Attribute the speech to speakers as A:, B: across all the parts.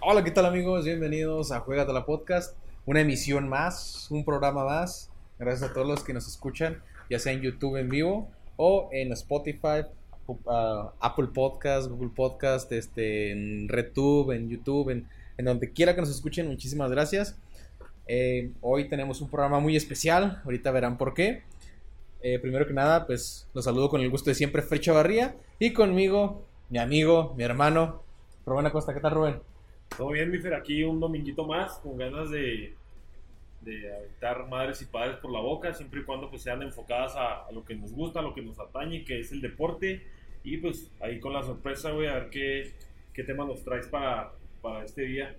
A: Hola, ¿qué tal amigos? Bienvenidos a Juegatela Podcast, una emisión más, un programa más. Gracias a todos los que nos escuchan, ya sea en YouTube en vivo o en Spotify, uh, Apple Podcast, Google Podcast, este, en RedTube, en YouTube, en, en donde quiera que nos escuchen, muchísimas gracias. Eh, hoy tenemos un programa muy especial, ahorita verán por qué. Eh, primero que nada, pues los saludo con el gusto de siempre, Frecha Barría, y conmigo, mi amigo, mi hermano, Rubén Acosta. ¿Qué tal, Rubén?
B: Todo bien, Mifer, aquí un dominguito más, con ganas de, de aventar madres y padres por la boca, siempre y cuando pues sean enfocadas a, a lo que nos gusta, a lo que nos atañe, que es el deporte. Y pues ahí con la sorpresa, güey, a ver qué, qué tema nos traes para, para este día.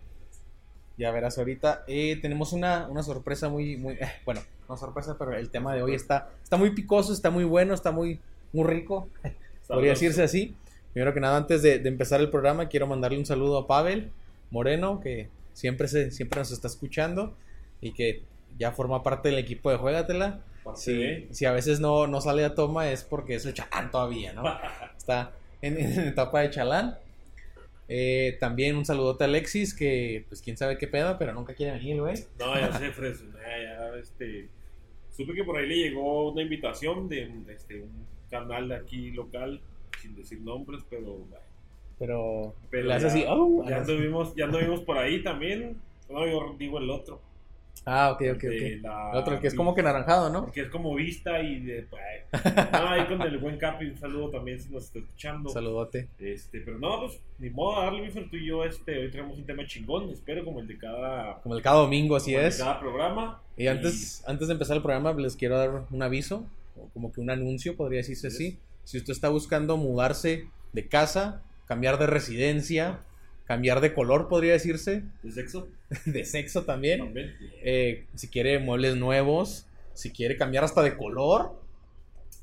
A: Ya verás ahorita. eh, tenemos una, una sorpresa muy, muy, eh, bueno, no sorpresa, pero el tema de hoy está, está muy picoso, está muy bueno, está muy, muy rico, podría
B: Sabroso.
A: decirse así. Primero que nada, antes de, de empezar el programa, quiero mandarle un saludo a Pavel Moreno, que siempre, se, siempre nos está escuchando y que ya forma parte del equipo de Juégatela.
B: Parte
A: Si,
B: de-
A: si a veces no, no sale a toma es porque es el chalán todavía, ¿no? Está en, en etapa de chalán. Eh, también un saludote a Alexis, que pues quién sabe qué pedo, pero nunca quiere venir, güey.
B: No, ya se fresó, ya, este... Supe que por ahí le llegó una invitación de, un- de, este, un canal de aquí local, sin decir nombres, pero...
A: Pero,
B: Pero
A: le hace
B: ya-
A: así, "Oh",
B: Ya
A: a las-
B: anduvimos, ya anduvimos por ahí también. No, yo digo el otro.
A: Ah, ok, ok, ok.
B: de la-
A: El otro, el que es como que naranjado, ¿no?
B: que es como vista y de. ay, No, ahí con el buen Capi, un saludo también si nos está escuchando.
A: Saludote.
B: Este, pero no, pues ni modo a darle, Bifer, tú y yo, este, hoy tenemos un tema chingón, espero, como el de cada,
A: Como el cada domingo, así
B: como el de
A: es.
B: cada programa.
A: Y antes, antes de empezar el programa, les quiero dar un aviso, o como que un anuncio, podría decirse
B: Así
A: así. Si usted está buscando mudarse de casa, cambiar de residencia, cambiar de color, podría decirse,
B: y de sexo
A: de sexo también.
B: también.
A: Eh, si quiere muebles nuevos, si quiere cambiar hasta de color,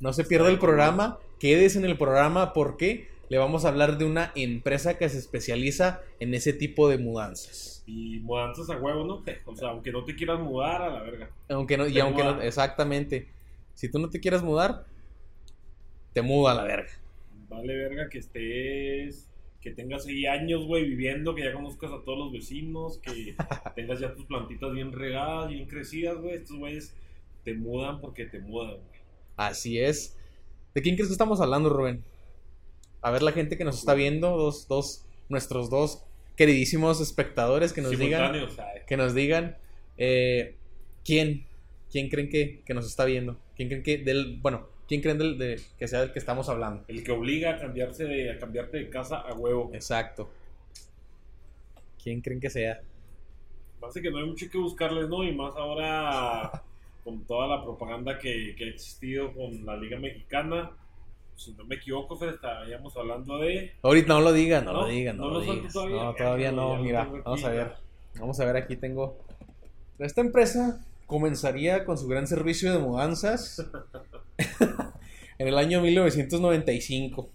A: no se pierda el programa, quédese en el programa porque le vamos a hablar de una empresa que se especializa en ese tipo de mudanzas.
B: Y mudanzas a huevo, ¿no? O sea, aunque no te quieras mudar, a la verga.
A: Aunque no, y
B: Te
A: aunque no,
B: muda.
A: exactamente. Si tú no te quieres mudar, te muda a la verga.
B: Vale verga que estés, que tengas ahí años, güey, viviendo, que ya conozcas a todos los vecinos, que tengas ya tus plantitas bien regadas, bien crecidas, güey. Estos güeyes te mudan porque te mudan, güey.
A: Así es. ¿De quién crees que estamos hablando, Rubén? A ver la gente que nos está viendo, dos, dos, nuestros dos queridísimos espectadores que nos digan.
B: Simultáneos, ay.
A: que nos digan eh, quién, quién creen que, que nos está viendo, quién creen que del, bueno, quién creen del, de- que sea del que estamos hablando.
B: El que obliga a cambiarse de, a cambiarte de casa a huevo.
A: Exacto. ¿Quién creen que sea?
B: Parece que no hay mucho que buscarles, ¿no? Y más ahora con toda la propaganda que, que ha existido con la Liga Mexicana. Si no me equivoco, Fer, estaríamos hablando de.
A: Ahorita no lo digan, no,
B: No,
A: lo digan, no,
B: no
A: lo
B: lo suelto
A: digas.
B: todavía.
A: No, todavía no,
B: Ya lo
A: mira,
B: tengo aquí,
A: vamos a ver.
B: ya.
A: Vamos a ver, aquí tengo. Esta empresa comenzaría con su gran servicio de mudanzas en el año 1995,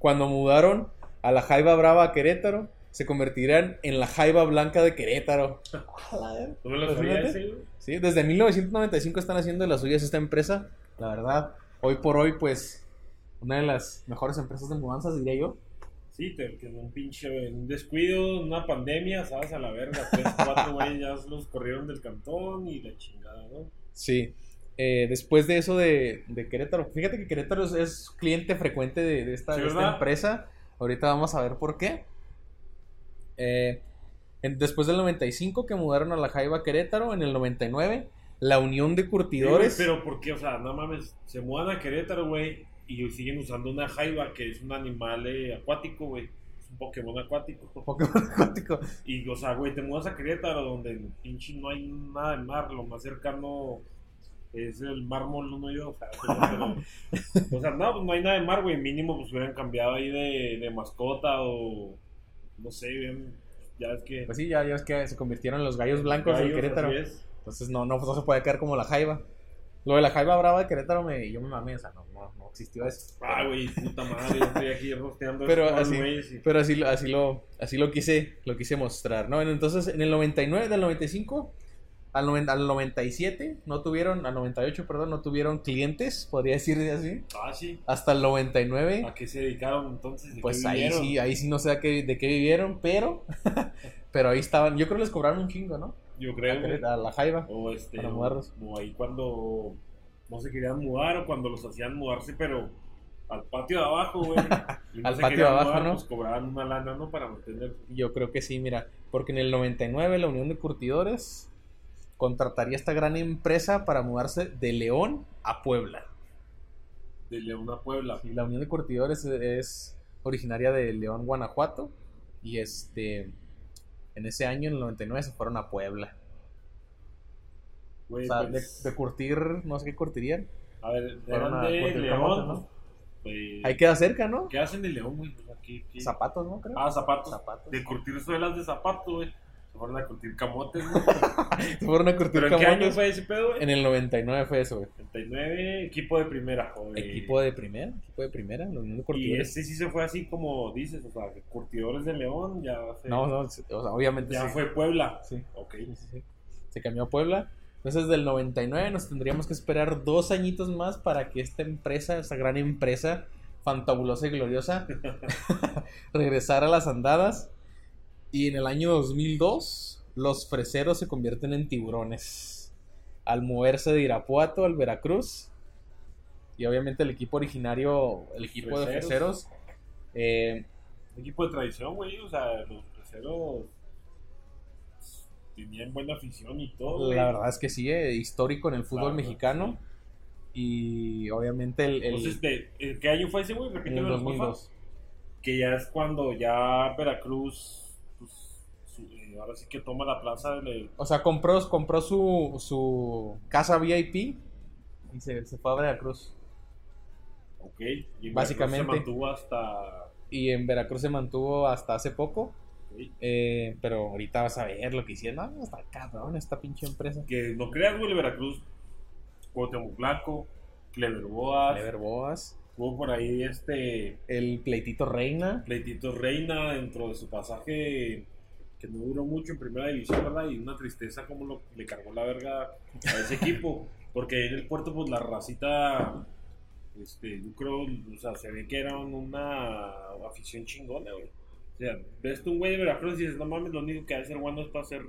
A: cuando mudaron a la Jaiba Brava a Querétaro, se convertirán en la Jaiba Blanca de Querétaro.
B: ¿No me lo sabía
A: Imagínate.
B: ese, güey?
A: Sí, desde 1995 están haciendo de las suyas esta empresa. La verdad, hoy por hoy, pues, una de las mejores empresas de mudanzas, diría yo.
B: Sí, te, que en un pinche en un descuido, en una pandemia, ¿sabes? A la verga. Tres, cuatro güeyes ya los corrieron del cantón y la chingada, ¿no?
A: Sí. Eh, después de eso de, de Querétaro, fíjate que Querétaro es, es cliente frecuente de, de esta,
B: Sí,
A: de esta
B: ¿verdad?
A: empresa. Ahorita vamos a ver por qué. Eh, en- después del 95 que mudaron a la Jaiba Querétaro, en el 99, la Unión de Curtidores.
B: Sí, güey, pero ¿por qué? O sea, no mames, se mudan a Querétaro, güey, y siguen usando una jaiba que es un animal eh, acuático, güey. Es un Pokémon acuático.
A: Pokémon acuático.
B: Y, o sea, güey, te mudas a Querétaro, donde pinche no hay nada de mar, lo más cercano es el mármol, no yo. O sea, pero- o sea, no, pues no hay nada de mar, güey, mínimo pues hubieran cambiado ahí de, de mascota o no sé, bien, ya es que...
A: Pues sí, ya, ya es que se convirtieron en los gallos blancos del
B: Gallos,
A: Querétaro.
B: así es.
A: Entonces no, no, no se puede quedar como la Jaiba. Lo de la Jaiba Brava de Querétaro, me, yo me mamé, o sea, no, no, no existió eso.
B: Ah, güey, puta madre, yo estoy aquí rosteando.
A: Pero
B: estos
A: así-
B: güeyes y-
A: Pero así, lo- así, lo, así lo, quise, lo quise mostrar, ¿no? Entonces, en el 99, del 95 al, noven- al 97, no tuvieron, al 98, perdón, no tuvieron clientes, podría decirse así.
B: Ah, sí.
A: Hasta el 99,
B: ¿A qué se dedicaron entonces? ¿De
A: pues
B: Ah, qué
A: ahí
B: vivieron?
A: sí, ahí sí no sé a qué- de qué vivieron, pero, pero ahí estaban. Yo creo que les cobraron un chingo, ¿no?
B: Yo
A: A,
B: creo. güey.
A: Querétaro, a la Jaiba.
B: O este.
A: Para
B: o-
A: mudarlos.
B: O ahí cuando no se querían mudar o cuando los hacían mudarse, pero al patio de abajo, güey. Y no
A: Al
B: se
A: patio de
B: querían
A: abajo, ¿no?
B: Pues cobraban una lana, ¿no? Para mantener.
A: Yo creo que sí, mira, porque en el 99 la Unión de Curtidores contrataría a esta gran empresa para mudarse de León a Puebla.
B: De León a Puebla.
A: Sí, la Unión de Curtidores e-, es originaria de León, Guanajuato. Y este. En ese año, en el 99, se fueron a Puebla. O
B: Güey,
A: sea, de,
B: pues,
A: de curtir, no sé qué curtirían.
B: A ver, ¿de
A: fueron a
B: dónde
A: curtir
B: León?
A: camote, ¿no?
B: Pues,
A: Ahí queda cerca, ¿no?
B: ¿Qué hacen de León, güey? O sea, ¿qué- qué-
A: Zapatos, ¿no? Creo.
B: Ah, zapatos.
A: Zapatos.
B: De curtir suelas de zapato, güey. Se fueron a curtir camotes, güey.
A: Se fueron a curtir
B: ¿Pero en qué año
A: camotes.
B: fue ese pedo, güey?
A: En el 99 fue eso, güey.
B: 39, equipo de primera, joder.
A: Equipo de primera, equipo de primera, la Unión de
B: Y
A: Curtidores.
B: este sí se fue así como dices, o sea, que curtidores de León, ya se-
A: No, no, o sea, obviamente
B: este- ya
A: sí.
B: fue Puebla.
A: Sí.
B: Ok.
A: Sí, sí, sí. Se cambió a Puebla. Entonces, del 99 nos tendríamos que esperar dos añitos más para que esta empresa, esta gran empresa, fantabulosa y gloriosa, regresara a las andadas. Y en el año 2002, los freseros se convierten en tiburones. Al moverse de Irapuato al Veracruz. Y obviamente el equipo originario, el equipo de
B: Freseros.
A: freseros, eh,
B: Equipo de tradición, güey, o sea, los terceros tenían buena afición y todo. güey.
A: La verdad es que sí, eh, histórico en el fútbol
B: Claro,
A: mexicano. Y obviamente el, el,
B: Entonces, de, ¿en ¿qué año fue ese, güey?
A: en el
B: Repíteme,
A: 2002.
B: Que ya es cuando ya Veracruz, pues, su- eh, ahora sí que toma la plaza del...
A: O sea, compró, compró su, su casa VIP y se, se fue a Veracruz.
B: Ok. Y Veracruz
A: Básicamente.
B: Se mantuvo hasta...
A: Y en Veracruz se mantuvo hasta hace poco.
B: ok.
A: eh, pero ahorita vas a ver lo que hicieron. No, está cabrón esta pinche empresa.
B: Que no creas, güey, el Veracruz, Cuauhtémoc Blanco, Clever Boas,
A: Lever Boas,
B: tuvo por ahí este
A: el pleitito reina.
B: Pleitito Reina dentro de su pasaje que no duró mucho en primera división, ¿verdad? Y una tristeza como lo, le cargó la verga a ese equipo. Porque en el puerto, pues la racita, este, yo creo, o sea, se ve que era una afición chingona, güey. O sea, ves tú un güey de Veracruz y dices, no mames, lo único que hace el guano es para hacer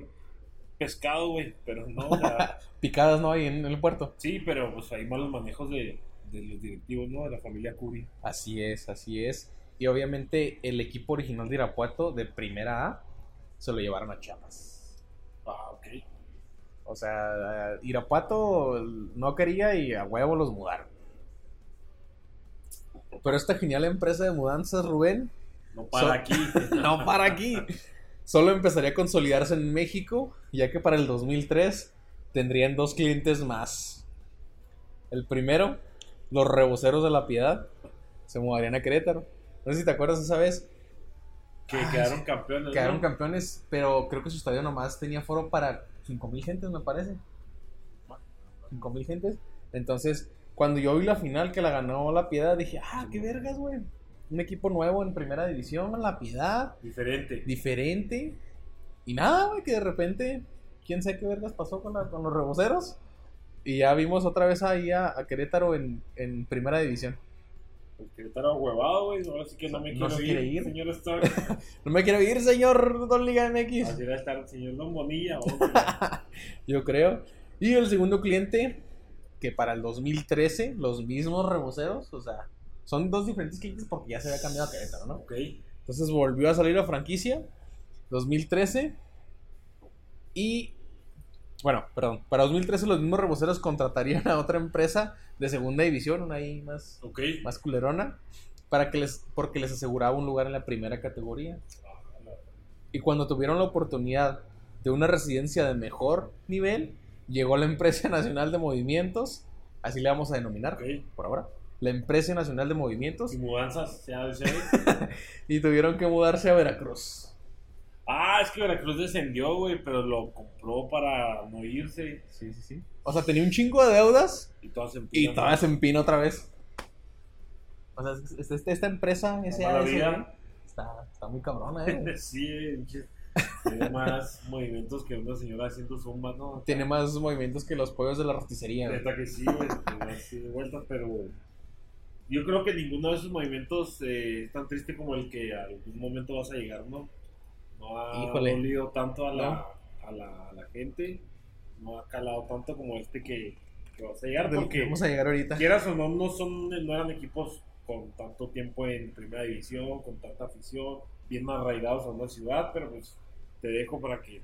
B: pescado, güey. Pero no, o sea,
A: Picadas, ¿no? Ahí en el puerto.
B: Sí, pero pues hay malos manejos de, de los directivos, ¿no? De la familia Curi.
A: Así es, así es. Y obviamente el equipo original de Irapuato, de primera A, se lo llevaron a Chiapas.
B: Ah, ok.
A: O sea, Irapuato no quería y a huevo los mudaron. Pero esta genial empresa de mudanzas, Rubén,
B: No para
A: So-
B: aquí.
A: no para aquí. Solo empezaría a consolidarse en México, ya que para el 2003 tendrían dos clientes más. El primero, los reboceros de la piedad, se mudarían a Querétaro. No sé si te acuerdas esa vez,
B: Que
A: Ay,
B: quedaron campeones.
A: quedaron
B: ¿no?
A: campeones, pero creo que su estadio nomás tenía foro para 5.000 gentes, me parece. 5.000 gentes. Entonces, cuando yo vi la final que la ganó La Piedad, dije, ah, qué vergas, güey. Un equipo nuevo en primera división, La Piedad,
B: Diferente.
A: diferente. Y nada, güey, que de repente, quién sabe qué vergas pasó con, la- con los reboceros. Y ya vimos otra vez ahí a, a Querétaro en, en primera división.
B: El Querétaro huevado, güey. Ahora sí que no me
A: No
B: quiero
A: se
B: ir,
A: quiere ir.
B: Señor Stark.
A: No me quiero ir, señor Don Liga MX.
B: Así era estar el señor Don Bonilla. hombre.
A: Yo creo. Y el segundo cliente, que para el 2013, los mismos reboceros, o sea, son dos diferentes clientes porque ya se había cambiado a Querétaro, ¿no?
B: ok.
A: Entonces volvió a salir la franquicia, 2013. Y, bueno, perdón, para 2013 los mismos reboceros contratarían a otra empresa de segunda división, una ahí más,
B: Ok.
A: más culerona, para que les, porque les aseguraba un lugar en la primera categoría. Y cuando tuvieron la oportunidad de una residencia de mejor nivel, llegó la empresa nacional de movimientos, así le vamos a denominar
B: Ok.
A: por ahora, la empresa nacional de movimientos,
B: Y mudanzas, se ha de ser.
A: y tuvieron que mudarse a Veracruz.
B: Ah, es que Veracruz descendió, güey, pero lo compró para no irse.
A: Sí, sí, sí.
B: Sí,
A: O sea, tenía un chingo de deudas
B: Y todas se
A: y
B: empinan,
A: todavía
B: ¿no?
A: se empina otra vez. O sea, es- es- esta, esta empresa, ese
B: mala
A: ese-
B: vida.
A: está, está muy cabrona, eh.
B: Sí, pinche. Tiene más movimientos que una señora haciendo zumba, ¿no?
A: Tiene más movimientos que los pollos de la roticería. güey.
B: Neta que sí, güey, te da así de vuelta, pero yo creo que ninguno de esos movimientos eh, es tan triste como el que a algún momento vas a llegar, ¿no? No ha
A: Híjole.
B: dolido tanto a la, a, la, a la gente, no ha calado tanto como este que, que vas a llegar,
A: Del que
B: porque
A: vamos a llegar ahorita.
B: quieras o no, no, son, no eran equipos con tanto tiempo en primera división, con tanta afición, bien arraigados a una ciudad, pero pues te dejo para que...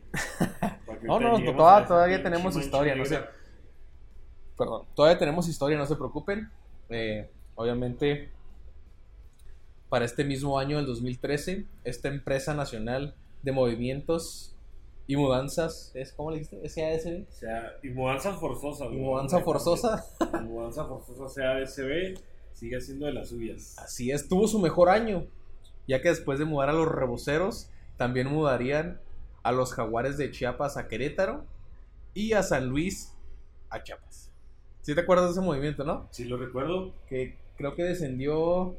B: para que
A: No,
B: te
A: no,
B: lleguemos
A: todavía-
B: a esa
A: todavía
B: pinche
A: tenemos
B: mancha
A: historia, no sé.
B: negra.
A: Perdón, todavía tenemos historia, no se preocupen. Eh, obviamente, para este mismo año, el 2013, esta empresa nacional de movimientos y mudanzas, ¿es, ¿cómo le dijiste? SASB.
B: O sea, y mudanzas forzosas.
A: Y
B: ¿no?
A: mudanza forzosa.
B: Y Mudanza forzosa sea DCB, sigue siendo de las suyas.
A: Así es, tuvo su mejor año, ya que después de mudar a los reboceros, también mudarían a los jaguares de Chiapas a Querétaro y a San Luis a Chiapas. ¿Sí te acuerdas de ese movimiento, no?
B: Si lo recuerdo,
A: Que creo que descendió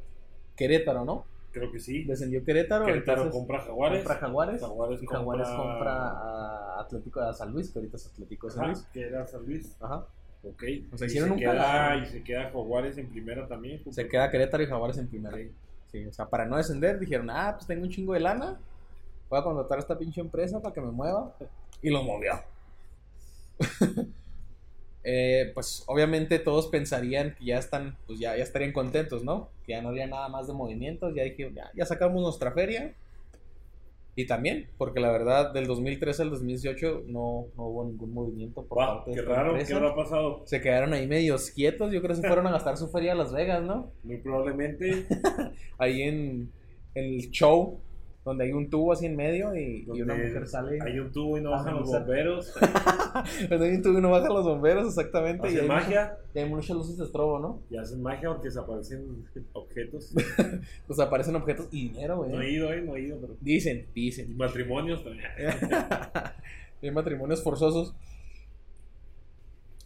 A: Querétaro, ¿no?
B: creo que sí.
A: Descendió Querétaro.
B: Querétaro
A: entonces,
B: compra Jaguares.
A: compra Jaguares.
B: Jaguares
A: Y Jaguares
B: compra-
A: compra a Atlético de San Luis, que ahorita es Atlético de San
B: Ajá,
A: Luis.
B: que era San Luis.
A: Ajá.
B: Ok.
A: O sea,
B: Y
A: hicieron
B: se
A: un
B: queda-
A: calado.
B: Y se queda Jaguares en primera también. junto
A: Se
B: con-
A: queda Querétaro y Jaguares en primera.
B: Ok.
A: Sí, o sea, para no descender dijeron, ah, pues tengo un chingo de lana, voy a contratar a esta pinche empresa para que me mueva. Y lo movió. Eh, pues obviamente todos pensarían que ya están, pues ya, ya estarían contentos, ¿no? Que ya no habría nada más de movimientos, ya dije, ya, ya sacamos nuestra feria. Y también, porque la verdad, del 2013 al 2018 no, no hubo ningún movimiento por
B: Guau,
A: parte de
B: qué
A: esta
B: raro,
A: empresa.
B: ¿qué habrá pasado?
A: Se quedaron ahí medios quietos, yo creo que se fueron a gastar su feria a Las Vegas, ¿no?
B: Muy probablemente
A: ahí en, en el show donde hay un tubo así en medio y, y una
B: Donde
A: mujer sale.
B: hay un tubo y no
A: Ah,
B: bajan los
A: no sé.
B: bomberos.
A: Donde hay un tubo y uno baja los bomberos, exactamente. Y hay,
B: Hacen magia
A: muchas- y hay muchas luces de estrobo, ¿no?
B: y hacen magia porque desaparecen objetos.
A: Pues aparecen objetos y dinero, güey.
B: No he ido, eh, no he ido, pero.
A: Dicen,
B: Y
A: dicen.
B: matrimonios también.
A: hay matrimonios forzosos.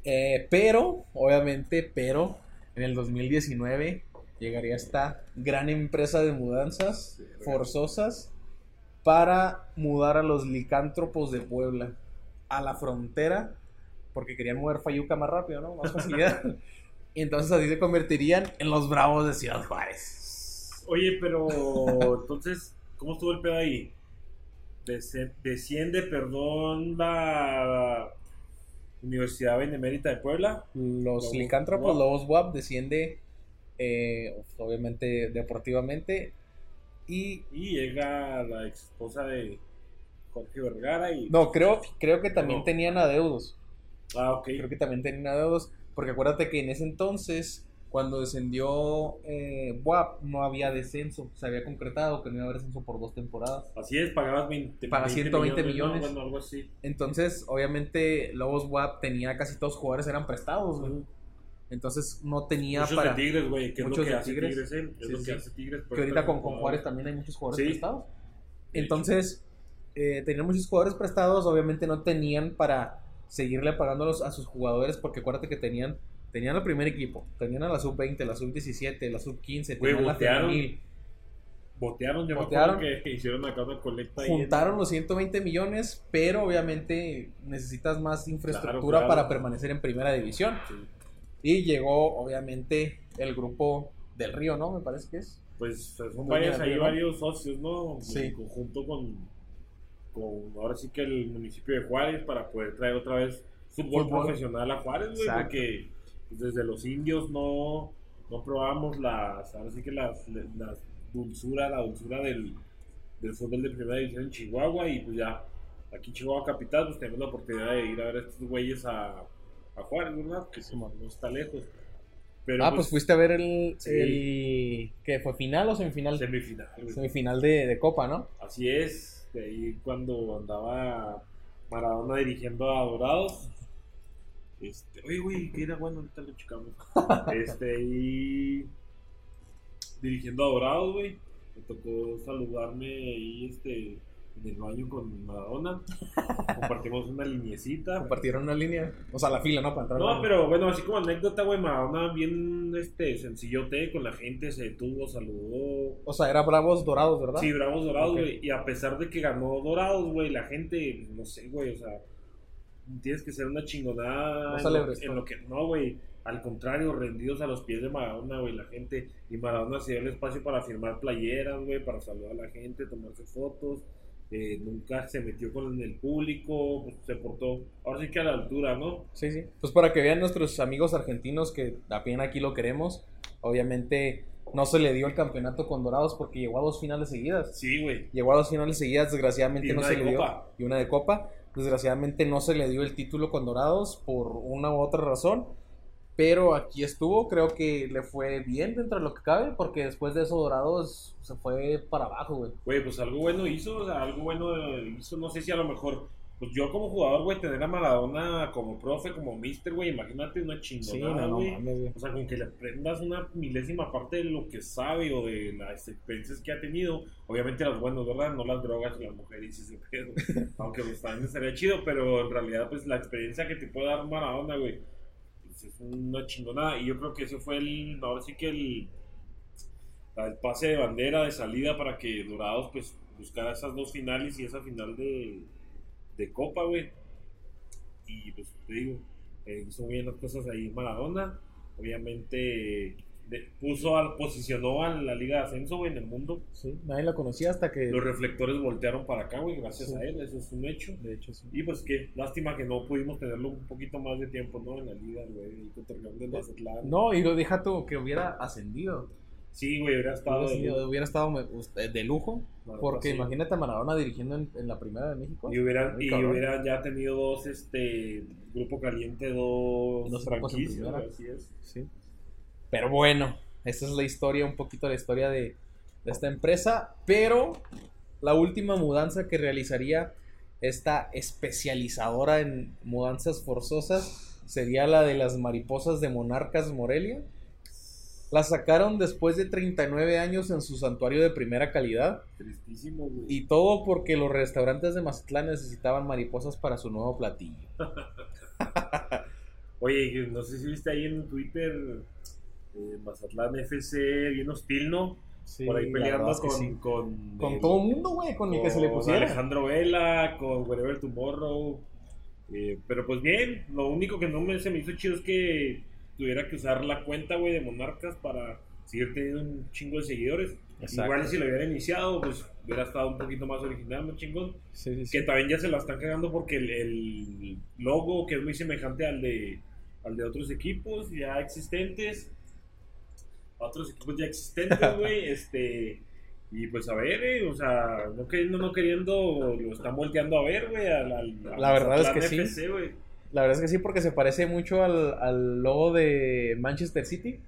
A: Eh, pero, obviamente, pero, en el 2019 llegaría esta gran empresa de mudanzas
B: Sí, güey.
A: forzosas para mudar a los licántropos de Puebla a la frontera porque querían mover Fayuca más rápido, ¿no? Más facilidad. y entonces así se convertirían en los bravos de Ciudad Juárez.
B: Oye, pero entonces, ¿cómo estuvo el pedo ahí? Dese- desciende, perdón, la Universidad Benemérita de Puebla.
A: Los
B: Lobos
A: licántropos,
B: WAP.
A: Lobos WAP, desciende eh, obviamente deportivamente y
B: Y llega la ex esposa de Jorge Vergara y...
A: No, creo, creo que también
B: No.
A: tenían adeudos.
B: Ah, ok.
A: Creo que también tenían adeudos. Porque acuérdate que en ese entonces, cuando descendió eh, WAP, no había descenso. Se había concretado que no iba a haber descenso por dos temporadas.
B: Así es, pagabas 20,
A: Pagas 120 millones.
B: ¿no? Bueno, algo así.
A: Entonces, obviamente, Lobos WAP tenía casi todos los jugadores eran prestados, güey. Entonces, no tenía
B: Muchos
A: para.
B: de Tigres, güey, que es lo
A: Muchos
B: que
A: de
B: hace
A: Tigres.
B: Tigres, él. Es
A: Sí,
B: lo que
A: sí.
B: hace Tigres.
A: Que ahorita con, con Juárez también hay muchos jugadores
B: Sí.
A: prestados.
B: De hecho.
A: Entonces, eh, tenían muchos jugadores prestados, obviamente no tenían para seguirle pagándolos a sus jugadores, porque acuérdate que tenían, tenían al primer equipo, tenían a la sub-20, la sub-17, la sub-15,
B: Güey,
A: tenían la
B: botearon.
A: femenil.
B: Botearon, yo
A: Botearon.
B: me acuerdo que, que hicieron acá una colecta ahí en-
A: Juntaron los 120 millones, pero obviamente necesitas más infraestructura
B: claro.
A: para permanecer en primera división.
B: Sí.
A: Y llegó, obviamente, el grupo del Río, ¿no? Me parece que es.
B: Pues son
A: Doña
B: varios, hay
A: Arriba.
B: varios socios, ¿no?
A: Sí.
B: En conjunto con, con ahora sí que el municipio de Juárez para poder traer otra vez fútbol,
A: Fútbol.
B: profesional a Juárez, güey,
A: Exacto.
B: porque pues, desde los indios no, no probamos las, ahora sí que las, las dulzura, la dulzura del, del fútbol de primera división en Chihuahua y pues ya aquí en Chihuahua capital pues tenemos la oportunidad de ir a ver a estos güeyes a, a Juárez, ¿verdad? Que
A: Sí, man.
B: no está lejos. Pero
A: ah, pues, fuiste a ver el,
B: Sí.
A: el- ¿Qué fue? ¿Final o semifinal?
B: semifinal, güey.
A: Semifinal de, de Copa, ¿no?
B: Así es, de ahí cuando andaba Maradona dirigiendo a Dorados. Este, oye, güey, que era bueno, ahorita lo checamos. Este, y dirigiendo a Dorados, güey. Me tocó saludarme ahí, este, en el baño con Maradona. Compartimos una liniecita.
A: Compartieron una línea. O sea, la fila, ¿no? Para entrar. al
B: No,
A: baño.
B: pero bueno, así como anécdota, güey, Maradona bien este, sencillote con la gente, se detuvo, saludó.
A: O sea, era Bravos Dorados, ¿verdad?
B: Sí, Bravos Dorados,
A: Ok.
B: güey. Y a pesar de que ganó Dorados, güey, la gente, pues, no sé, güey, o sea, tienes que ser una chingonada
A: No
B: en, lo,
A: celebres,
B: en
A: ¿no?
B: lo que no, güey. Al contrario, rendidos a los pies de Maradona, güey, la gente. Y Maradona se dio el espacio para firmar playeras, güey, para saludar a la gente, tomarse fotos. eh, nunca se metió con el público, pues, se portó. Ahora sí que a la altura, ¿no?
A: Sí, sí. Pues para que vean nuestros amigos argentinos que también aquí lo queremos. Obviamente no se le dio el campeonato con Dorados porque llegó a dos finales seguidas.
B: Sí, güey.
A: Llegó a dos finales seguidas, desgraciadamente
B: Y
A: no
B: una
A: se
B: de
A: le dio.
B: copa.
A: Y una de copa. Desgraciadamente no se le dio el título con Dorados por una u otra razón. Pero aquí estuvo, creo que le fue bien dentro de lo que cabe, porque después de eso Dorados se fue para abajo, güey.
B: Güey, pues algo bueno hizo, o sea, algo bueno hizo, no sé si a lo mejor, pues yo como jugador, güey, tener a Maradona como profe, como mister, güey, imagínate una
A: Sí,
B: chingonada,
A: no, no
B: güey.
A: mames, güey.
B: o sea, con que le aprendas una milésima parte de lo que sabe o de las experiencias que ha tenido, obviamente las buenas, ¿verdad? No las drogas y las mujeres y ese pedo, aunque pues también estaría chido, pero en realidad, pues la experiencia que te puede dar Maradona, güey, pues, es una chingonada, y yo creo que ese fue el, ahora sí que el el pase de bandera de salida para que Dorados pues buscara esas dos finales y esa final de, de Copa, güey. Y pues te digo, eh, hizo bien las cosas ahí Maradona. Obviamente de- puso al, posicionó a la Liga de Ascenso, güey, en el mundo.
A: Sí, nadie la conocía hasta que...
B: Los reflectores voltearon para acá, güey, gracias
A: Sí.
B: a él, eso es un hecho.
A: De hecho, sí.
B: Y pues qué, lástima que no pudimos tenerlo un poquito más de tiempo, ¿no? En la liga, güey, el contorneón del Mazatlán.
A: No, y lo deja tú que hubiera ascendido.
B: Sí, güey, hubiera estado...
A: Hubiera sido- hubiera estado me- us- eh, de lujo.
B: Maradona,
A: Porque
B: sí.
A: imagínate a Maradona dirigiendo en, en la primera de México.
B: Y hubieran,
A: Muy
B: y
A: cabrón.
B: hubieran ya tenido dos, este, Grupo Caliente, dos
A: Dos grupos pues en
B: franquicias,
A: primera.
B: güey, así es.
A: Sí. Pero bueno, esa es la historia, un poquito la historia de, de esta empresa. Pero la última mudanza que realizaría esta especializadora en mudanzas forzosas sería la de las mariposas de Monarcas Morelia. La sacaron después de 39 años en su santuario de primera calidad.
B: Tristísimo, güey.
A: Y todo porque los restaurantes de Mazatlán necesitaban mariposas para su nuevo platillo.
B: Oye, no sé si viste ahí en Twitter, eh, Mazatlán FC, bien hostil, ¿no? Por ahí peleando con, con,
A: Con
B: el-
A: todo el mundo, güey, con el que se le
B: con
A: pusiera.
B: Alejandro Vela, con Wherever Tomorrow. Eh, pero pues bien, lo único que no me, se me hizo chido es que tuviera que usar la cuenta, güey, de Monarcas para seguir teniendo un chingo de seguidores.
A: Exacto.
B: Igual si lo hubiera iniciado, pues hubiera estado un poquito más original, más chingón.
A: Sí, sí, sí.
B: Que también ya se la están cagando porque el, el logo, que es muy semejante al de, al de otros equipos ya existentes, a otros equipos ya existentes, güey, este, y pues a ver, eh, o sea, no queriendo, no queriendo, lo están volteando a ver, güey, al, al- al
A: La verdad es
B: Mazatlán
A: que sí.
B: FC, güey.
A: La verdad es que sí, porque se parece mucho al, al logo de Manchester City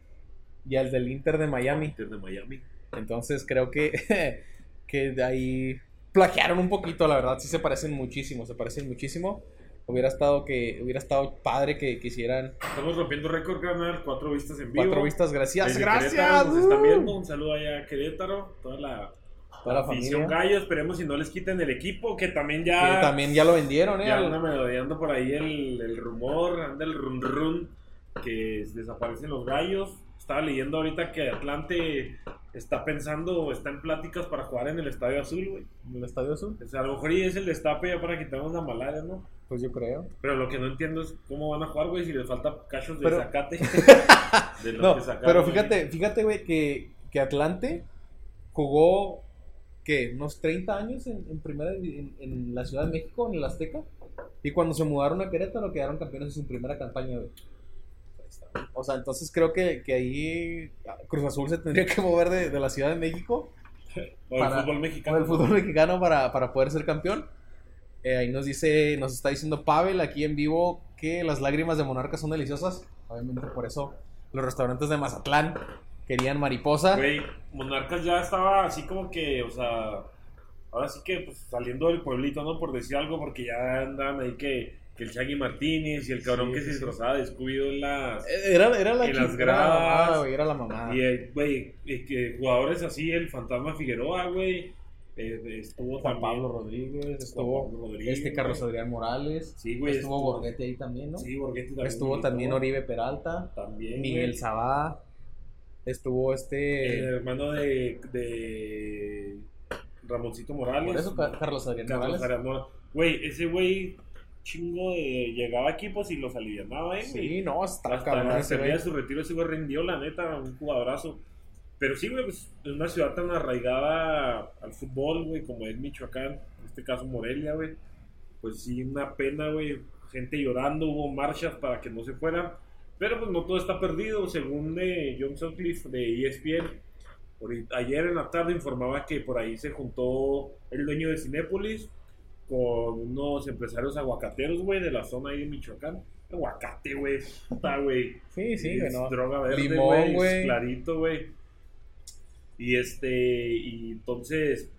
A: y al del Inter de Miami.
B: Inter de Miami.
A: Entonces creo que, que de ahí plagiaron un poquito, la verdad. Sí se parecen muchísimo, se parecen muchísimo. Hubiera estado que hubiera estado padre que, que hicieran
B: Estamos rompiendo récord, ganar cuatro vistas en vivo.
A: cuatro vistas. Gracias,
B: Desde
A: gracias.
B: Querétaro nos están
A: ¡Uh!
B: viendo. Un saludo allá a Querétaro, toda la,
A: Toda la
B: afición
A: familia.
B: gallo. Esperemos si no les quiten el equipo, que también ya,
A: Que también ya lo vendieron, ¿eh?
B: ya
A: Al-
B: anda merodeando por ahí el, el rumor, anda el run run que desaparecen los gallos. Estaba leyendo ahorita que Atlante está pensando, está en pláticas para jugar en el Estadio Azul, güey.
A: el Estadio Azul.
B: O sea, a lo mejor y es el destape ya para quitarnos la malaria, ¿no?
A: Pues yo creo.
B: Pero lo que no entiendo es cómo van a jugar, güey, si les falta cachos de
A: Pero-
B: zacate. de los
A: No,
B: que sacaron,
A: pero
B: güey.
A: fíjate, fíjate, güey, que, que Atlante jugó, ¿qué? Unos 30 años en, en primera, en, en la Ciudad de México, en el Azteca. Y cuando se mudaron a Querétaro quedaron campeones en su primera campaña, güey. O sea, entonces creo que, que ahí Cruz Azul se tendría que mover de, de la Ciudad de México
B: O el
A: para-
B: fútbol
A: con
B: mexicano.
A: el fútbol mexicano para, para poder ser campeón. Eh, ahí nos dice, nos está diciendo Pavel aquí en vivo que las lágrimas de Monarca son deliciosas. Obviamente por eso los restaurantes de Mazatlán querían mariposa.
B: Güey, Monarcas ya estaba así como que, o sea, ahora sí que pues, saliendo del pueblito, ¿no? Por decir algo, porque ya andan ahí que, que el Shaggy Martínez y el cabrón
A: Sí,
B: que
A: sí, Eh,
B: se
A: sí.
B: disfrazaba de Scooby-Doo en las...
A: Era, era la
B: Y las
A: era la mamada,
B: gradas.
A: güey, era la mamada.
B: Y, eh, güey, eh, que jugadores así, el Fantasma Figueroa, güey, Eh, estuvo
C: Juan
B: también-
C: Pablo Rodríguez,
A: Estuvo
B: Pablo Rodríguez,
A: este Carlos
B: güey.
A: Adrián Morales.
B: Sí, güey.
A: estuvo Borghetti ahí también, ¿no?
B: Sí, Borghetti también.
A: estuvo
B: militó.
A: también Oribe Peralta.
B: También.
A: Miguel
B: güey.
A: Sabá. Estuvo
B: El
A: este.
B: hermano de, de Ramoncito Morales.
A: Por eso Ca- Carlos Adrián
B: Carlos
A: Morales.
B: Aranola. Güey, ese güey chingo de llegaba a equipos y los alivianaba, eh, güey.
A: Sí, no, está cabrón
B: Hasta
A: ese
B: se
A: güey.
B: veía su retiro, ese güey rindió, la neta, un jugadorazo. Pero sí, güey, pues en una ciudad tan arraigada al fútbol, güey, como es Michoacán, en este caso Morelia, güey. Pues sí, una pena, güey. Gente llorando, hubo marchas para que no se fueran. Pero pues no todo está perdido, según eh, John Sutcliffe de E ESPN. ahorita- Ayer en la tarde informaba que por ahí se juntó el dueño de Cinépolis con unos empresarios aguacateros, güey, de la zona ahí de Michoacán. Aguacate, güey. Puta, güey.
A: Sí, sí, güey,
B: Es
A: no.
B: Droga verde,
A: Limón,
B: güey, es
A: güey.
B: Clarito, güey. Y este, y entonces,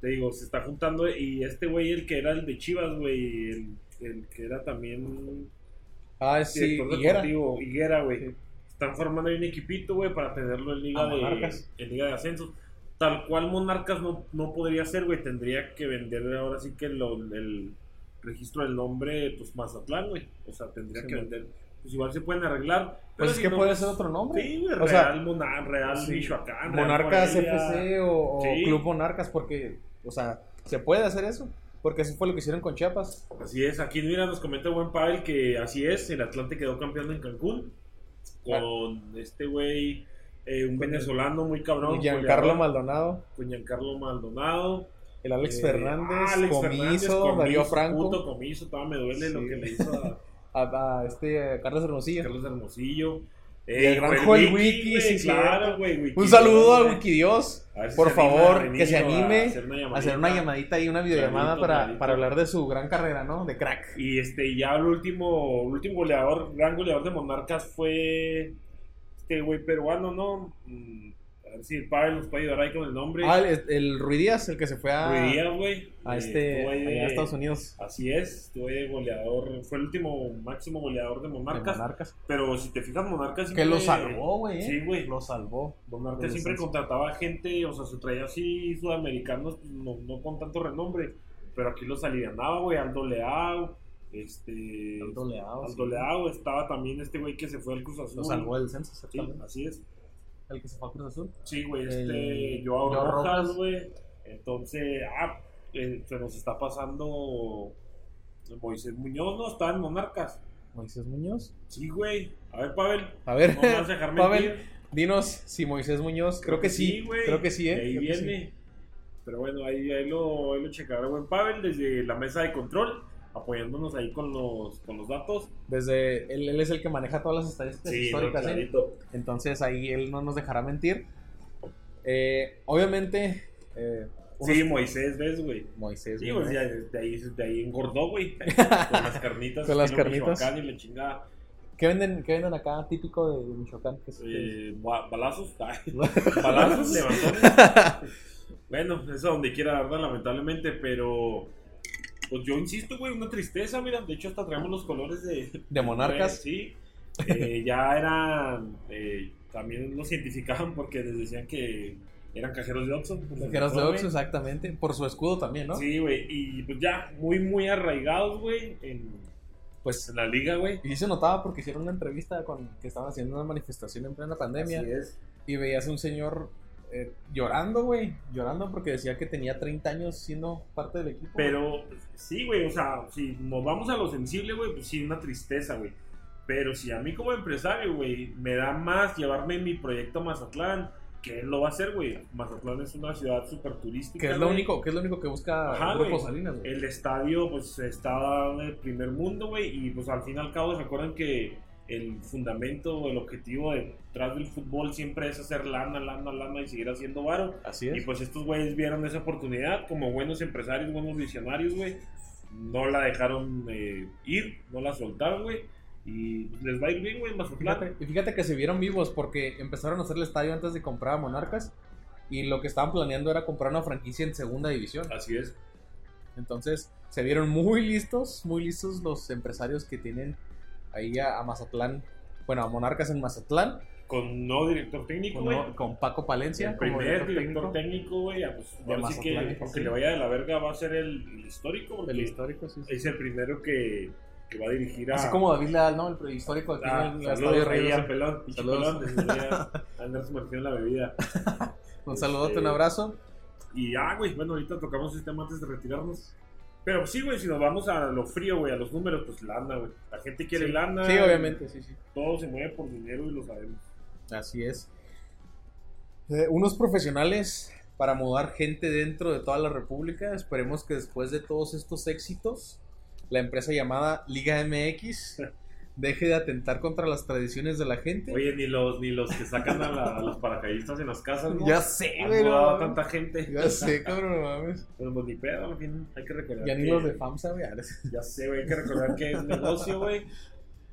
B: te digo, se está juntando. Y este güey, el que era el de Chivas, güey, el, el que era también
A: Ah, sí,
B: director
A: Higuera.
B: deportivo, Higuera, güey.
A: Sí.
B: Están formando ahí un equipito, güey, para tenerlo en
A: A
B: Liga, de,
A: Monarcas.
B: en Liga de Ascensos. Tal cual Monarcas no, no podría ser, güey. Tendría que vender ahora sí que lo- el registro del nombre, pues Mazatlán, güey. O sea, tendría
A: Sí,
B: que
A: güey.
B: vender. Pues igual se pueden arreglar. pero
A: Pues es
B: si
A: que
B: no,
A: puede
B: pues,
A: ser otro nombre.
B: Sí, güey.
A: O
B: Real,
A: sea,
B: Mona- Real
A: sí.
B: Michoacán. Real
A: Monarcas
B: Morelia.
A: FC o, o
B: Sí.
A: Club Monarcas, porque, o sea, se puede hacer eso. Porque eso fue lo que hicieron con Chiapas.
B: Así es, aquí mira, nos comenta buen Pavel que así es, el Atlante quedó campeón en Cancún con este güey, eh, un
A: Con el-
B: venezolano muy cabrón.
A: Y Giancarlo
B: goleador,
A: Maldonado,
B: Con Giancarlo Maldonado.
A: el Alex
B: Eh,
A: Fernández,
B: ah, Alex
A: Comiso,
B: Fernández,
A: Darío
B: Comiso,
A: Franco,
B: Puto comiso, todavía me duele lo
A: Sí.
B: que le hizo a
A: a, a este eh, Carlos Hermosillo.
B: Carlos Hermosillo.
A: Y el gran
B: fue
A: Joel Wiki,
B: güey,
A: sí,
B: claro, güey. Wiki,
A: Un saludo a
B: güey.
A: Wikidios.
B: A ver si
A: Por
B: se anima
A: favor,
B: Renillo
A: que se
B: a
A: anime
B: una
A: Hacer una llamadita y una videollamada
B: Clarito,
A: para,
B: clarito.
A: para hablar de su gran carrera, ¿no? De crack.
B: Y este, y ya el último, el último goleador, gran goleador de Monarcas fue este güey peruano, ¿no? Mm, A ver si el padre nos puede ayudar ahí con el nombre.
A: Ah, el, el Ruiz Díaz, el que se fue a,
B: Rui Díaz, güey.
A: a
B: Eh,
A: este,
B: estuvo ahí de-
A: allá a Estados Unidos.
B: Así es, estuve de goleador, fue el último máximo goleador de
A: de
B: Monarcas.
A: Monarcas.
B: Pero si te fijas, Monarcas
A: Que lo
B: siempre-
A: salvó, güey. ¿eh?
B: Sí, güey.
A: Lo salvó.
B: Monarcas siempre
A: Descenso.
B: contrataba gente, o sea, se traía así sudamericanos, pues, no, no con tanto renombre, pero aquí los alivianaba, güey, Aldo Leao, este...
A: Aldo Leao, sí.
B: Aldo Leao, estaba también este güey que se fue al Cruz Azul.
A: Lo salvó del censo,
B: Sí,
A: exactamente.
B: así es.
A: El que se fue a Cruz Azul.
B: Sí, güey,
A: El-
B: este Joao
A: Eh, Joao
B: Rojas,
A: Rojas.
B: güey. Entonces, ah, eh, se nos está pasando Moisés Muñoz, ¿no? Está en Monarcas.
A: Moisés Muñoz.
B: Sí, güey. A ver, Pavel,
A: A ver,
B: no me vas a dejar
A: Pavel,
B: mentir.
A: dinos si Moisés Muñoz. Creo, que sí.
B: güey.
A: creo que sí, ¿eh?
B: De ahí
A: Creo que sí.
B: viene. Pero bueno, ahí, ahí lo, ahí lo checará buen Pavel desde la mesa de control, apoyándonos ahí con los, con los datos.
A: Desde él, él es el que maneja todas las estadísticas
B: no,
A: históricas. ¿eh?
B: clarito.
A: Entonces ahí él no nos dejará mentir. Eh, obviamente, eh, unos-
B: Sí, Moisés, ves, güey.
A: Moisés
B: Sí,
A: Muñoz.
B: pues ya de ahí, de ahí engordó, güey. Con las carnitas.
A: Con las
B: estilo
A: carnitas.
B: Michoacán y la chingada.
A: ¿Qué, venden, ¿Qué venden acá típico de Michoacán? Que es- que es-
B: Eh, ba- balazos. ay, balazos, levantones. Bueno, eso a donde quiera, ¿verdad? Lamentablemente, pero. Pues yo insisto, güey, una tristeza, mira. De hecho, hasta traemos los colores de.
A: de Monarcas.
B: Sí. Eh, ya eran. eh, también los cientificaban porque les decían que eran cajeros de Oxxo. pues,
A: Ligeros de
B: güey.
A: Oxxo, exactamente. Por su escudo también, ¿no?
B: Sí, güey. Y pues ya, muy, muy arraigados, güey, en,
A: Pues
B: en la liga, güey.
A: Y sí se notaba porque hicieron una entrevista con que estaban haciendo una manifestación en plena pandemia
B: Así es.
A: y veías a un señor eh, llorando, güey, llorando porque decía que tenía 30 años siendo parte del equipo.
B: Pero sí, güey, o sea, si nos vamos a lo sensible, güey, pues sí, una tristeza, güey. Pero si a mí como empresario, güey, me da más llevarme mi proyecto a Mazatlán, que él lo va a hacer, güey. Mazatlán es una ciudad súper turística.
A: que es lo
B: güey.
A: único, que es lo único que busca
B: Ajá,
A: el grupo
B: güey.
A: Salinas, güey.
B: El estadio, pues, está en el primer mundo, güey. Y, pues, al fin y al cabo, recuerden que el fundamento, el objetivo detrás del fútbol siempre es hacer lana, lana, lana y seguir haciendo varo.
A: Así
B: Y
A: es.
B: pues estos güeyes vieron esa oportunidad como buenos empresarios, buenos visionarios, güey. No la dejaron eh, ir, no la soltaron, güey. Y pues, les va a ir bien, güey, Mazatlán.
A: Fíjate- y fíjate que se vieron vivos porque empezaron a hacer el estadio antes de comprar a Monarcas y lo que estaban planeando era comprar una franquicia en segunda división.
B: Así es.
A: Entonces se vieron muy listos, muy listos los empresarios que tienen ahí a, a Mazatlán, bueno, a Monarcas en Mazatlán
B: con no director técnico,
A: Con,
B: güey.
A: con Paco Palencia.
B: El
A: como
B: primer director técnico, güey, ah, pues,
A: De
B: ahora sí que
A: Mazatlán,
B: aunque
A: sí.
B: le vaya de la verga va a ser el, el histórico, porque
A: El histórico, sí. sí.
B: es el primero que, que va a dirigir a...
A: Así como David Leal, ¿no? El prehistórico aquí
B: Ah,
A: en el Estadio
B: saludos ahí al
A: Real.
B: pelón, pinche
A: Saludos.
B: pelón, desde el día Andrés Martín la bebida.
A: Un saludote,
B: Este,
A: un abrazo.
B: Y ya, güey, bueno, ahorita tocamos este tema antes de retirarnos. Pero sí, güey, si nos vamos a lo frío, güey, a los números, pues lana, güey. La gente quiere
A: Sí.
B: lana.
A: Sí, obviamente, sí, sí.
B: Todo se mueve por dinero y lo sabemos.
A: Así es. Eh, unos profesionales para mudar gente dentro de toda la República. Esperemos que después de todos estos éxitos, la empresa llamada Liga MX deje de atentar contra las tradiciones de la gente.
B: Oye, ni los, ni los que sacan a, la- a los paracaidistas en las casas, ¿no?
A: ya sé,
B: Han
A: güey, no
B: mudado a
A: mames.
B: tanta gente.
A: Ya sé, cabrón, no mames.
B: Pero pues ni pedo, al fin hay que recordar.
A: Ya ni
B: que-
A: los de FAMSA, güey. ahora sí.
B: Ya sé, güey, hay que recordar que es negocio, güey.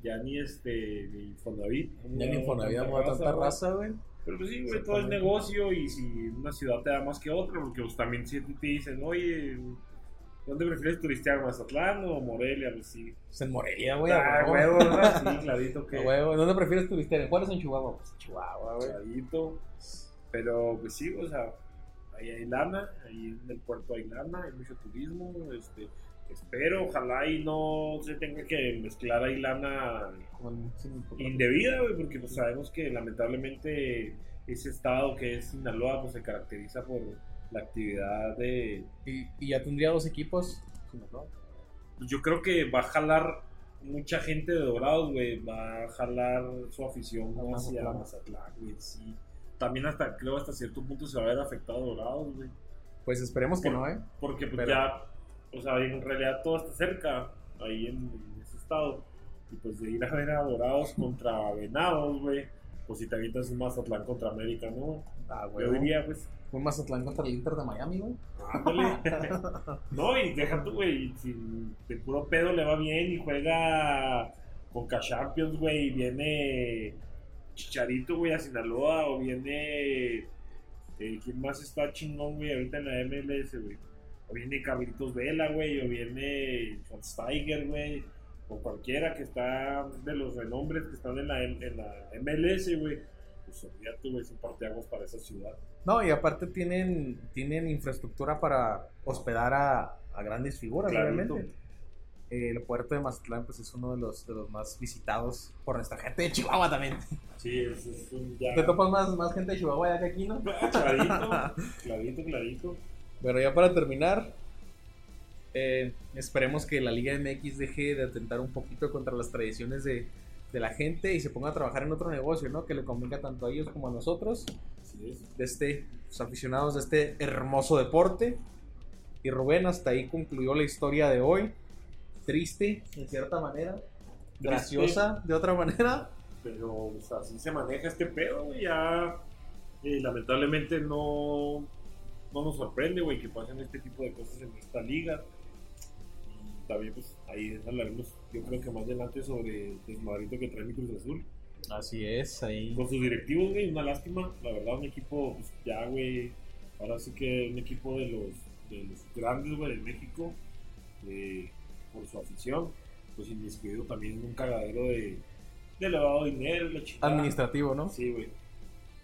B: Ya ni este, ni Infonavit.
A: Ya ni por Navidad muda tanta
B: güey.
A: raza, güey.
B: Pero pues sí, güey, todo es
A: Exactamente.
B: negocio y si una ciudad te da más que otra, porque pues también si a ti te dicen, oye, ¿dónde prefieres turistear, Mazatlán o Morelia? Pues sí.
A: Pues en Morelia, güey.
B: ah,
A: a
B: huevo,
A: huevo.
B: ¿verdad? Sí, clarito que.
A: A huevo. ¿Dónde prefieres turistear? ¿En Juárez o en Chihuahua? Pues en Chihuahua, güey.
B: Clarito. Pero pues sí, o sea, ahí hay lana, ahí en el puerto hay lana, hay mucho turismo, este. Espero, ojalá y no se tenga que mezclar ahí lana
A: Como en- sin-
B: indebida, güey, porque pues, sabemos que lamentablemente ese estado que es Sinaloa pues, se caracteriza por la actividad de...
A: Y, y ya tendría dos equipos. Sinaloa.
B: pues, Yo creo que va a jalar mucha gente de Dorados, güey, va a jalar su afición
A: A
B: hacia
A: Mazatlán.
B: Mazatlán, güey, sí. También hasta, creo, hasta cierto punto se va a ver afectado Dorados, güey.
A: Pues esperemos que no, ¿eh?
B: Porque pues
A: Pero-
B: ya, o sea, en realidad todo está cerca, ahí en, en ese estado. Y pues de ir a ver a Dorados contra Venados, güey. Pues si te avientas un Mazatlán contra América, ¿no?
A: Ah,
B: Yo diría, pues,
A: Un Mazatlán contra el Inter de Miami, güey.
B: ándale. no, y deja tú, güey, si de puro pedo le va bien y juega con Champions, güey, y viene Chicharito, güey, a Sinaloa, o viene... eh, ¿Quién más está chingón, güey, ahorita en la MLS, güey? O viene Carlitos Vela, güey, o viene Schwarzenegger, güey, o cualquiera que está de los renombres que están en la, en la MLS, güey. Pues olvídate, güey, es un parteaguas para esa ciudad.
A: No, y aparte tienen, tienen infraestructura para hospedar a, a grandes figuras,
B: Clarito.
A: obviamente. Eh, el puerto de Mazatlán pues, es uno de los, de los más visitados por nuestra gente de Chihuahua también.
B: Sí, es, es un ya.
A: Te topas más, más gente de Chihuahua ya que aquí, ¿no?
B: Clarito, clarito, clarito.
A: Pero ya para terminar, eh, esperemos que la Liga MX deje de atentar un poquito contra las tradiciones de, de la gente y se ponga a trabajar en otro negocio, ¿no? Que le convenga tanto a ellos como a nosotros,
B: Así es.
A: de este, los aficionados de este hermoso deporte. Y Rubén, hasta ahí concluyó la historia de hoy. Triste, en cierta manera. Graciosa, de otra manera.
B: Pero pues, así se maneja este pedo, güey. Ya eh, lamentablemente no, no nos sorprende, güey, que pasen este tipo de cosas en esta liga. Y también, pues ahí hablaremos, yo creo que más adelante sobre el desmadrito que trae mi Cruz Azul.
A: Así es, ahí.
B: Con sus directivos, güey, una lástima. La verdad, un equipo, pues ya, güey. Ahora sí que un equipo de los, de los grandes, güey, de México. eh, por su afición. Pues inmiscuido también en un cagadero de, de lavado de dinero, la chingada.
A: Administrativo, ¿no?
B: Sí, güey.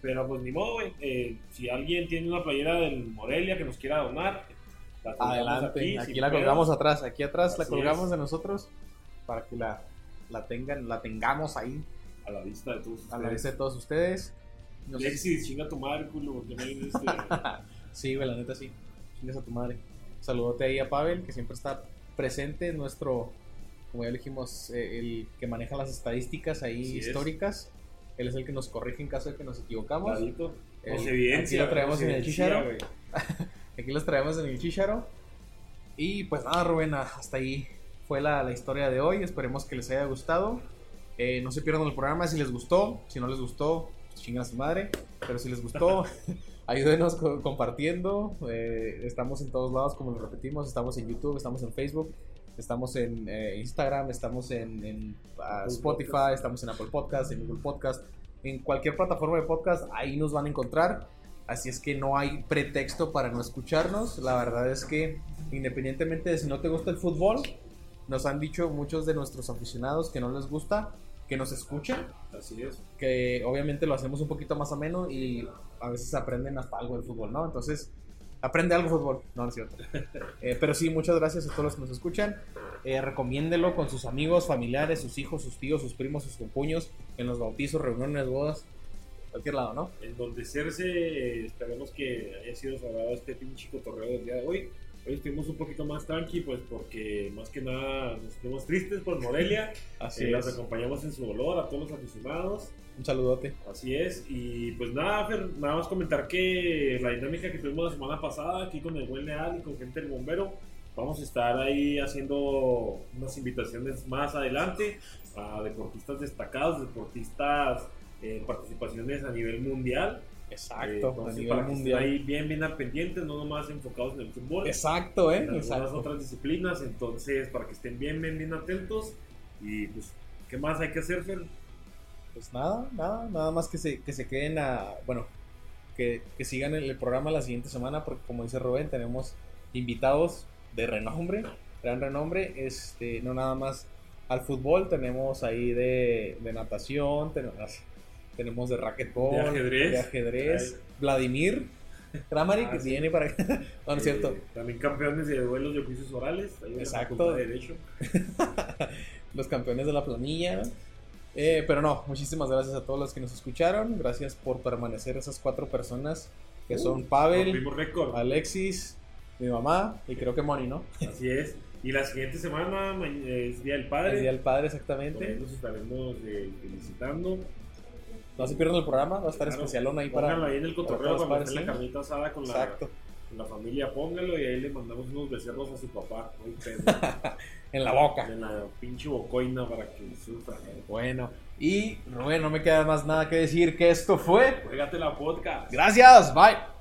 B: Pero pues ni modo, güey. eh, si alguien tiene una playera del Morelia que nos quiera donar, la colgamos
A: Adelante, aquí,
B: Pues sin
A: la
B: pedos.
A: colgamos atrás, aquí atrás la
B: Así
A: colgamos
B: es.
A: de nosotros para que la, la tengan, la tengamos ahí
B: A la vista de todos.
A: a la
B: ustedes.
A: vista de todos ustedes. No sé-
B: Lexi, chinga tu madre, culo, porque no hay en este.
A: sí, güey, la neta sí. Chingas a tu madre. Saludote ahí a Pavel, que siempre está presente, es nuestro, como ya lo dijimos, eh, el que maneja las estadísticas ahí
B: Así es.
A: históricas. Él es el que nos corrige en caso de que nos equivocamos.
B: ladito.
A: El-
B: Pues evidencia.
A: Eh, aquí lo traemos
B: pues,
A: en el
B: evidencia,
A: chicharo.
B: güey.
A: Aquí los traemos en el chicharo. Y pues nada, Rubén, hasta ahí fue la, la historia de hoy. Esperemos que les haya gustado. Eh, no se pierdan el programa si les gustó. Si no les gustó, pues chingan a su madre. Pero si les gustó, ayúdenos co- compartiendo. Eh, estamos en todos lados, como lo repetimos. Estamos en YouTube, estamos en Facebook, estamos en eh, Instagram, estamos en, en, ah,
B: Apple
A: Spotify,
B: Podcast.
A: estamos en Apple Podcast, en Google Podcast. En cualquier plataforma de podcast, ahí nos van a encontrar. Así es que no hay pretexto para no escucharnos. La verdad es que independientemente de si no te gusta el fútbol, nos han dicho muchos de nuestros aficionados que no les gusta, que nos escuchan,
B: Así es.
A: que obviamente lo hacemos un poquito más ameno y a veces aprenden hasta algo del fútbol, ¿no? Entonces, aprende algo de fútbol, no, no es cierto. Eh, pero sí, muchas gracias a todos los que nos escuchan. Eh, recomiéndelo con sus amigos, familiares, sus hijos, sus tíos, sus primos, sus compuños, en los bautizos, reuniones, bodas, cualquier lado, ¿no?
B: Endulcecerse, eh, esperemos que haya sido sagrado este pinche cotorreo del día de hoy. Hoy estuvimos un poquito más tranqui, pues porque más que nada nos estuvimos tristes por Morelia.
A: Así
B: Eh, los
A: es.
B: acompañamos en su dolor a todos los aficionados.
A: Un saludote.
B: Así es. Y pues nada, Fer, nada más comentar que la dinámica que tuvimos la semana pasada aquí con el buen Leal y con gente del bombero, vamos a estar ahí haciendo unas invitaciones más adelante a deportistas destacados, deportistas eh, participaciones a nivel mundial. Eh,
A: Exacto,
B: entonces,
A: a nivel
B: para que estén
A: mundial.
B: Ahí bien, bien al pendiente, no nomás enfocados en el fútbol
A: Exacto, ¿eh?
B: en algunas
A: Exacto.
B: otras disciplinas, entonces para que estén bien, bien, bien atentos y pues, ¿qué más hay que hacer, Fer?
A: Pues nada, nada, nada más que se, que se queden a. Bueno, que, que sigan el, el programa la siguiente semana, porque como dice Rubén, tenemos invitados de renombre, gran renombre, este, no nada más al fútbol, tenemos ahí de, de natación, tenemos, tenemos de racquetball,
B: De ajedrez.
A: de ajedrez, Vladimir Kramari,
B: Ah,
A: que
B: sí.
A: viene para acá. Ah, no, no es
B: Eh,
A: cierto,
B: También campeones de duelos de oficios orales, ahí en la
A: Exacto.
B: Facultad de Derecho.
A: los campeones de la planilla. Eh, pero no, muchísimas gracias a todos los que nos escucharon. Gracias por permanecer esas cuatro personas que son Pavel,
B: Uh, Rompimos récord.
A: Alexis, mi mamá y creo que Moni, ¿no?
B: Así es. Y la siguiente semana ma- es Día del Padre.
A: El Día del Padre,
B: Por ahí
A: exactamente.
B: Nos estaremos eh, felicitando.
A: No se pierdan el programa, va a estar
B: Claro.
A: especialón ahí
B: Pónganlo
A: para.
B: ahí en el cotorreo
A: todos
B: cuando
A: padres,
B: esté la
A: sí.
B: carnita asada con la,
A: Exacto.
B: con la familia. Póngalo y ahí le mandamos unos becerros a su papá. Muy pedo.
A: En la boca.
B: de la pinche bocoina para que sufra. ¿eh?
A: Bueno, y Rubén, no me queda más nada que decir que esto fue.
B: Juégate la podcast.
A: Gracias, bye.